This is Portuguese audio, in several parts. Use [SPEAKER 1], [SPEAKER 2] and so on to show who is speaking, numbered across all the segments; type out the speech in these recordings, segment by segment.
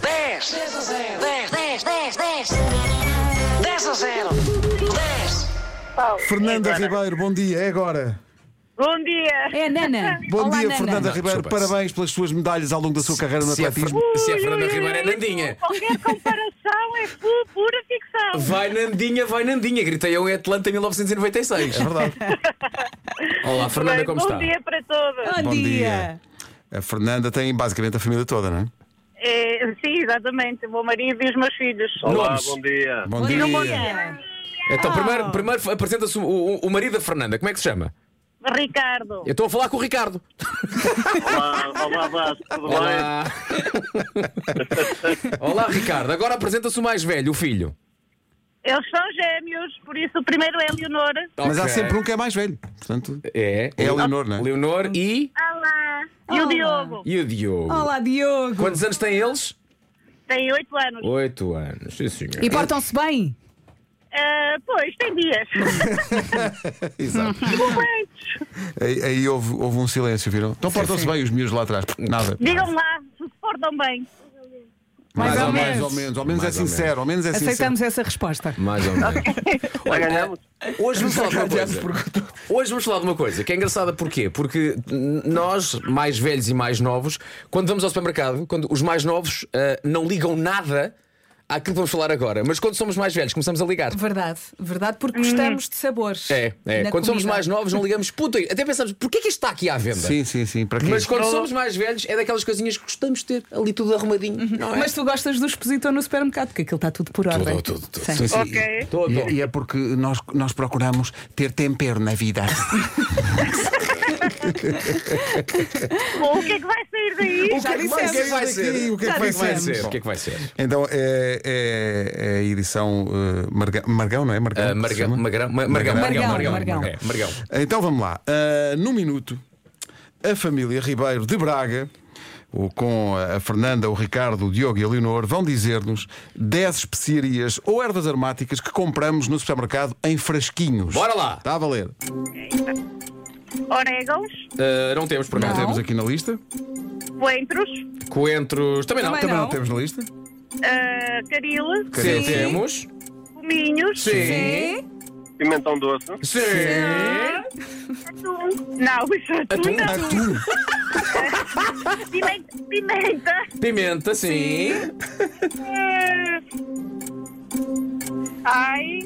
[SPEAKER 1] 10. 10 a 0. 10, 10, 10, 10. 10 a 0. 10.
[SPEAKER 2] Paulo.
[SPEAKER 3] Fernanda
[SPEAKER 2] É agora.
[SPEAKER 3] Ribeiro, bom dia, é agora.
[SPEAKER 2] Bom dia.
[SPEAKER 4] É a Nana.
[SPEAKER 3] Bom
[SPEAKER 4] Olá,
[SPEAKER 3] dia,
[SPEAKER 4] Nana.
[SPEAKER 3] Fernanda
[SPEAKER 5] Não,
[SPEAKER 3] Ribeiro,
[SPEAKER 5] desculpa.
[SPEAKER 3] parabéns pelas suas medalhas ao longo da sua carreira no
[SPEAKER 5] Se é, Fer-
[SPEAKER 3] atletismo.
[SPEAKER 5] se é
[SPEAKER 2] Ui,
[SPEAKER 5] Fernanda
[SPEAKER 2] ui, ui,
[SPEAKER 5] Ribeiro, é
[SPEAKER 2] ui,
[SPEAKER 5] Nandinha.
[SPEAKER 2] Qualquer comparação é pu- pura ficção.
[SPEAKER 5] Vai Nandinha, vai Nandinha, gritei eu em Atlanta em 1996.
[SPEAKER 3] É verdade.
[SPEAKER 5] Olá, Fernanda,
[SPEAKER 2] Bem,
[SPEAKER 5] como
[SPEAKER 2] bom
[SPEAKER 5] está?
[SPEAKER 2] dia para todos.
[SPEAKER 4] Bom,
[SPEAKER 3] Bom dia.
[SPEAKER 4] dia.
[SPEAKER 3] A Fernanda tem basicamente a família toda, não é?
[SPEAKER 2] É, sim, exatamente. O meu marido e os meus filhos.
[SPEAKER 6] Olá,
[SPEAKER 5] Nomes.
[SPEAKER 6] bom dia.
[SPEAKER 3] Bom
[SPEAKER 5] Então, primeiro, primeiro apresenta-se o, o- o marido da Fernanda, como é que se chama?
[SPEAKER 2] Ricardo.
[SPEAKER 5] Eu estou a falar com o Ricardo.
[SPEAKER 6] Olá, olá Vasco, tudo bem?
[SPEAKER 5] Olá. Olá, Ricardo. Agora apresenta-se o mais velho, o filho.
[SPEAKER 2] Eles são gêmeos, por isso o primeiro é Leonor.
[SPEAKER 3] Mas há
[SPEAKER 5] Ok.
[SPEAKER 3] sempre um que é mais velho. Portanto,
[SPEAKER 5] É,
[SPEAKER 3] É a Leonor, não é?
[SPEAKER 5] Leonor e,
[SPEAKER 2] Olá. E o
[SPEAKER 4] Olá.
[SPEAKER 2] Diogo
[SPEAKER 5] e o Diogo.
[SPEAKER 4] Olá, Diogo.
[SPEAKER 5] Quantos anos têm eles?
[SPEAKER 2] tem oito anos.
[SPEAKER 5] Oito anos, sim senhor.
[SPEAKER 4] E portam-se bem?
[SPEAKER 2] Ah, pois, tem dias.
[SPEAKER 3] exato.
[SPEAKER 2] Momentos.
[SPEAKER 3] Aí, aí houve, houve um silêncio, viram? Então portam-se bem os miúdos lá atrás. Nada.
[SPEAKER 2] Digam lá se se portam bem.
[SPEAKER 4] Mais ou menos.
[SPEAKER 3] mais ou menos. Ao menos
[SPEAKER 5] Mais
[SPEAKER 3] é
[SPEAKER 5] ou menos.
[SPEAKER 3] sincero. Ao menos é sincero.
[SPEAKER 4] Aceitamos essa resposta.
[SPEAKER 5] Mais ou menos. Olha,
[SPEAKER 6] ganhamos.
[SPEAKER 5] Hoje vamos falar de uma coisa. Hoje vamos falar de uma coisa que é engraçada porquê? Porque n- nós, mais velhos e mais novos, quando vamos ao supermercado, quando os mais novos ah, não ligam nada àquilo que vamos falar agora, mas quando somos mais velhos começamos a ligar.
[SPEAKER 4] Verdade, verdade, porque gostamos de sabores.
[SPEAKER 5] É, é.
[SPEAKER 4] Na
[SPEAKER 5] Quando somos
[SPEAKER 4] comida.
[SPEAKER 5] mais novos não ligamos, puta, até pensamos, porquê que isto está aqui à venda?
[SPEAKER 3] Sim, sim, sim. Para quê?
[SPEAKER 5] Mas quando somos mais velhos é daquelas coisinhas que gostamos de ter ali tudo arrumadinho. Não é?
[SPEAKER 4] Mas tu gostas do expositor no supermercado, porque aquilo está tudo por ordem.
[SPEAKER 5] tudo, tudo, tudo.
[SPEAKER 4] Sim.
[SPEAKER 3] Sim, sim.
[SPEAKER 2] Ok.
[SPEAKER 5] Tô, tô.
[SPEAKER 3] E, e é porque nós, nós procuramos ter tempero na vida.
[SPEAKER 2] Bom, o que é que vai sair daí?
[SPEAKER 4] Já
[SPEAKER 5] O que é que
[SPEAKER 4] dissemos.
[SPEAKER 5] vai
[SPEAKER 3] daqui?
[SPEAKER 5] ser?
[SPEAKER 3] O que é que
[SPEAKER 4] Já
[SPEAKER 3] vai
[SPEAKER 4] dissemos.
[SPEAKER 3] ser?
[SPEAKER 5] O que é que vai ser?
[SPEAKER 3] Então é, é- é a edição eh, Marga- Margão, não é? Margão.
[SPEAKER 5] Ah,
[SPEAKER 3] que se
[SPEAKER 5] Marga-
[SPEAKER 3] chama?
[SPEAKER 5] Magrão- Ma- Margão, Margão,
[SPEAKER 4] Margão,
[SPEAKER 5] Margão,
[SPEAKER 4] Margão.
[SPEAKER 5] É, Margão.
[SPEAKER 3] Então vamos lá. Ah, no minuto, a família Ribeiro de Braga, o- com a Fernanda, o Ricardo, o Diogo e a Leonor, vão dizer-nos 10 especiarias ou ervas aromáticas que compramos no supermercado em frasquinhos.
[SPEAKER 5] Bora lá.
[SPEAKER 3] Está a valer.
[SPEAKER 2] Orégãos,
[SPEAKER 5] Ah, não temos por
[SPEAKER 3] Não
[SPEAKER 5] acaso.
[SPEAKER 3] temos aqui na lista.
[SPEAKER 2] coentros,
[SPEAKER 5] Coentros. Também não.
[SPEAKER 4] Também
[SPEAKER 3] Também não.
[SPEAKER 4] Não.
[SPEAKER 3] temos na lista.
[SPEAKER 2] ah, caril,
[SPEAKER 5] Sim,
[SPEAKER 3] Sim.
[SPEAKER 5] temos.
[SPEAKER 2] cominhos,
[SPEAKER 5] Sim.
[SPEAKER 6] Pimentão doce.
[SPEAKER 5] Sim. Sim.
[SPEAKER 2] atum. Não, isso é atum.
[SPEAKER 5] Atum.
[SPEAKER 2] não. Pimenta. pimenta.
[SPEAKER 5] Pimenta, sim.
[SPEAKER 2] Ah, Ai,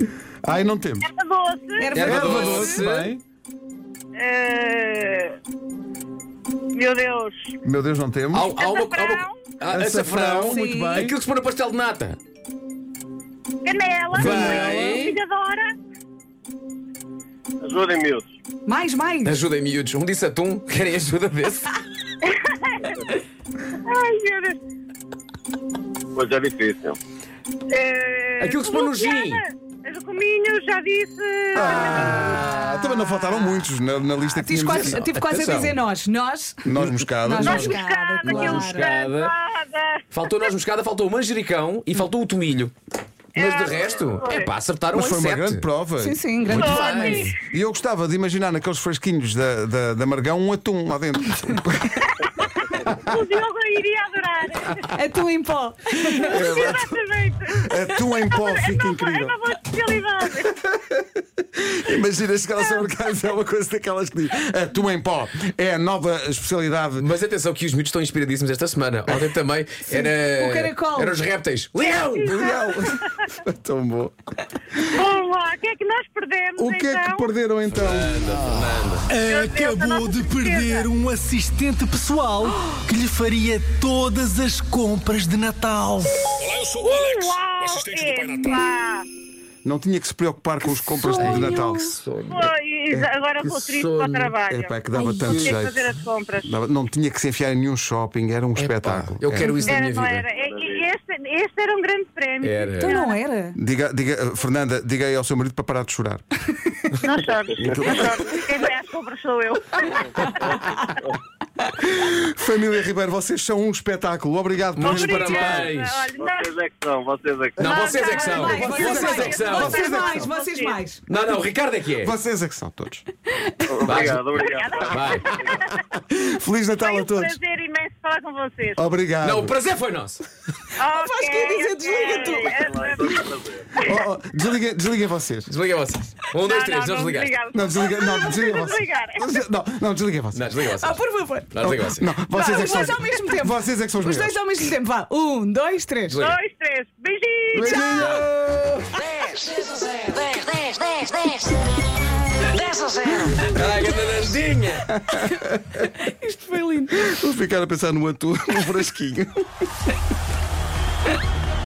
[SPEAKER 3] Ai, não temos.
[SPEAKER 2] erva doce.
[SPEAKER 4] Erva
[SPEAKER 5] Erva
[SPEAKER 4] doce.
[SPEAKER 5] doce.
[SPEAKER 3] Bem.
[SPEAKER 2] Ah, Meu Deus.
[SPEAKER 3] Meu Deus, não temos.
[SPEAKER 5] Há, há uma, há uma,
[SPEAKER 2] Açafrão.
[SPEAKER 5] há
[SPEAKER 3] Açafrão,
[SPEAKER 5] açafrão.
[SPEAKER 3] muito
[SPEAKER 4] Sim.
[SPEAKER 3] bem.
[SPEAKER 5] Aquilo que se põe no pastel de nata.
[SPEAKER 2] Canela.
[SPEAKER 5] Bem.
[SPEAKER 2] Ligadora.
[SPEAKER 6] Ajudem, miúdos.
[SPEAKER 4] Mais, mais.
[SPEAKER 5] Ajudem miúdos. Um disse atum. Querem ajuda desse?
[SPEAKER 2] Ai, meu Deus.
[SPEAKER 6] Hoje é difícil.
[SPEAKER 2] Ah,
[SPEAKER 5] Aquilo que se põe no gin.
[SPEAKER 2] Luciana, Os cominhos, já disse.
[SPEAKER 3] Ah, também não faltaram muitos na, na lista que
[SPEAKER 4] Tive
[SPEAKER 3] tínhamos
[SPEAKER 4] quase,
[SPEAKER 3] aqui.
[SPEAKER 4] tive quase a
[SPEAKER 5] Atenção.
[SPEAKER 4] dizer nós. Nós.
[SPEAKER 3] Nós moscada.
[SPEAKER 4] Nós
[SPEAKER 2] tipo, Nós buscada,
[SPEAKER 4] moscada, claro.
[SPEAKER 2] aquele
[SPEAKER 5] Moscada.
[SPEAKER 2] moscada.
[SPEAKER 5] Faltou nós moscada, faltou o manjericão e faltou o tomilho. Mas de resto, é pá, acertaram
[SPEAKER 3] Mas
[SPEAKER 2] um
[SPEAKER 5] em
[SPEAKER 3] foi uma
[SPEAKER 5] sete.
[SPEAKER 3] grande prova.
[SPEAKER 4] Sim, sim, grande
[SPEAKER 2] Muito
[SPEAKER 4] fã.
[SPEAKER 2] bem.
[SPEAKER 3] E eu gostava de imaginar naqueles frasquinhos da, da, da Margão um atum lá dentro.
[SPEAKER 2] O Diogo iria adorar.
[SPEAKER 4] Atum em pó.
[SPEAKER 2] Exatamente.
[SPEAKER 3] atum em É um pó fica
[SPEAKER 2] é
[SPEAKER 3] incrível.
[SPEAKER 2] uma boa especialidade.
[SPEAKER 3] Imagina chegar ao supermercado é uma coisa daquelas que diz atum em pó. É a nova especialidade.
[SPEAKER 5] Mas atenção que os miúdos estão inspiradíssimos esta semana.
[SPEAKER 3] É.
[SPEAKER 5] Ontem também era.
[SPEAKER 4] o caracol.
[SPEAKER 5] Eram os répteis. Leão!
[SPEAKER 3] Legal. Tão bom.
[SPEAKER 2] Vamos lá, o que é que nós perdemos
[SPEAKER 3] O que
[SPEAKER 2] então?
[SPEAKER 3] é que perderam então?
[SPEAKER 7] Acabou de perder um assistente pessoal que lhe faria todas as compras de Natal.
[SPEAKER 8] Olá, eu sou o Alex,
[SPEAKER 2] Uau,
[SPEAKER 8] o assistente do Pai Natal.
[SPEAKER 2] epá.
[SPEAKER 3] Não tinha que se preocupar com as compras de Natal.
[SPEAKER 2] Pois, agora vou triste para o trabalho.
[SPEAKER 3] É pá, que dava tanto
[SPEAKER 2] Tinha que fazer
[SPEAKER 3] jeito.
[SPEAKER 2] as compras.
[SPEAKER 3] Dava- Não tinha que se enfiar em nenhum shopping, era um espetáculo.
[SPEAKER 5] Eu
[SPEAKER 3] É.
[SPEAKER 5] quero isso na
[SPEAKER 2] Era,
[SPEAKER 5] minha
[SPEAKER 2] não era.
[SPEAKER 5] vida.
[SPEAKER 2] E- e Este, este era um grande prémio.
[SPEAKER 5] Era.
[SPEAKER 4] Então não era.
[SPEAKER 3] Diga, diga, Fernanda, diga aí ao seu marido para parar de chorar.
[SPEAKER 2] Não chores, não chores. Quem vai às compras sou eu.
[SPEAKER 3] Família Ribeiro, vocês são um espetáculo. Obrigado por
[SPEAKER 5] Muitos
[SPEAKER 3] este
[SPEAKER 2] Obrigada.
[SPEAKER 5] parabéns.
[SPEAKER 2] Olha,
[SPEAKER 6] Vocês é que são, vocês é que são.
[SPEAKER 5] Não, vocês é que são.
[SPEAKER 4] Mais,
[SPEAKER 5] Vocês é que são.
[SPEAKER 4] Vocês mais,
[SPEAKER 2] são.
[SPEAKER 4] vocês mais.
[SPEAKER 5] Não, não, o Ricardo é que é.
[SPEAKER 3] Vocês é que são todos.
[SPEAKER 6] Obrigado, obrigado.
[SPEAKER 5] Vai.
[SPEAKER 3] Feliz Natal
[SPEAKER 2] Foi
[SPEAKER 3] a
[SPEAKER 2] um
[SPEAKER 3] todos.
[SPEAKER 2] prazer imenso falar com vocês.
[SPEAKER 3] Obrigado.
[SPEAKER 5] Não, o prazer foi nosso.
[SPEAKER 4] faz quem dizer desliga tu.
[SPEAKER 3] Oh, oh, desliguem, desliguem vocês.
[SPEAKER 5] Desliguem vocês. Um, dois, três, já desligaste.
[SPEAKER 3] Não, desliguem, não, desliguem vocês.
[SPEAKER 2] Desligar.
[SPEAKER 3] Não, não, desliguem vocês.
[SPEAKER 5] Não, desliguem
[SPEAKER 4] Ah,
[SPEAKER 5] vocês.
[SPEAKER 4] por favor.
[SPEAKER 5] Não, desliguem vocês.
[SPEAKER 3] Não, vocês é
[SPEAKER 4] Vá, os
[SPEAKER 3] que são.
[SPEAKER 4] dois ao mesmo tempo.
[SPEAKER 3] Vocês é que são os
[SPEAKER 4] Os dois
[SPEAKER 3] melhores.
[SPEAKER 4] ao mesmo tempo, vá. Um, dois, três.
[SPEAKER 5] Desliga.
[SPEAKER 2] Dois, três, beijinhos.
[SPEAKER 3] Beijinhos!
[SPEAKER 1] 10 a 0. 10, 10, 10, 10. 10 a 0.
[SPEAKER 5] Ai, que danadinha.
[SPEAKER 4] Isto foi lindo.
[SPEAKER 3] Vou ficar a pensar no atum, no frasquinho.